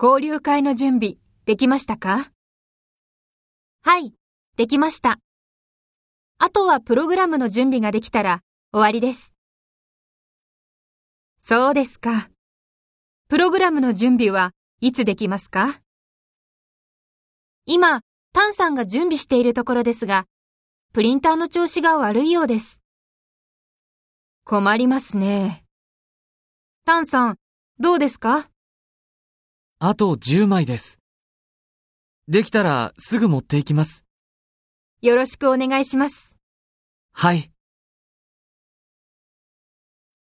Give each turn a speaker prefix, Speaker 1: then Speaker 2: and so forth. Speaker 1: 交流会の準備、できましたか
Speaker 2: はい、できました。
Speaker 1: あとはプログラムの準備ができたら終わりです。そうですか。プログラムの準備はいつできますか
Speaker 2: 今、タンさんが準備しているところですが、プリンターの調子が悪いようです。
Speaker 1: 困りますね。タンさん、どうですか
Speaker 3: あと10枚です。できたらすぐ持っていきます。
Speaker 1: よろしくお願いします。
Speaker 3: はい。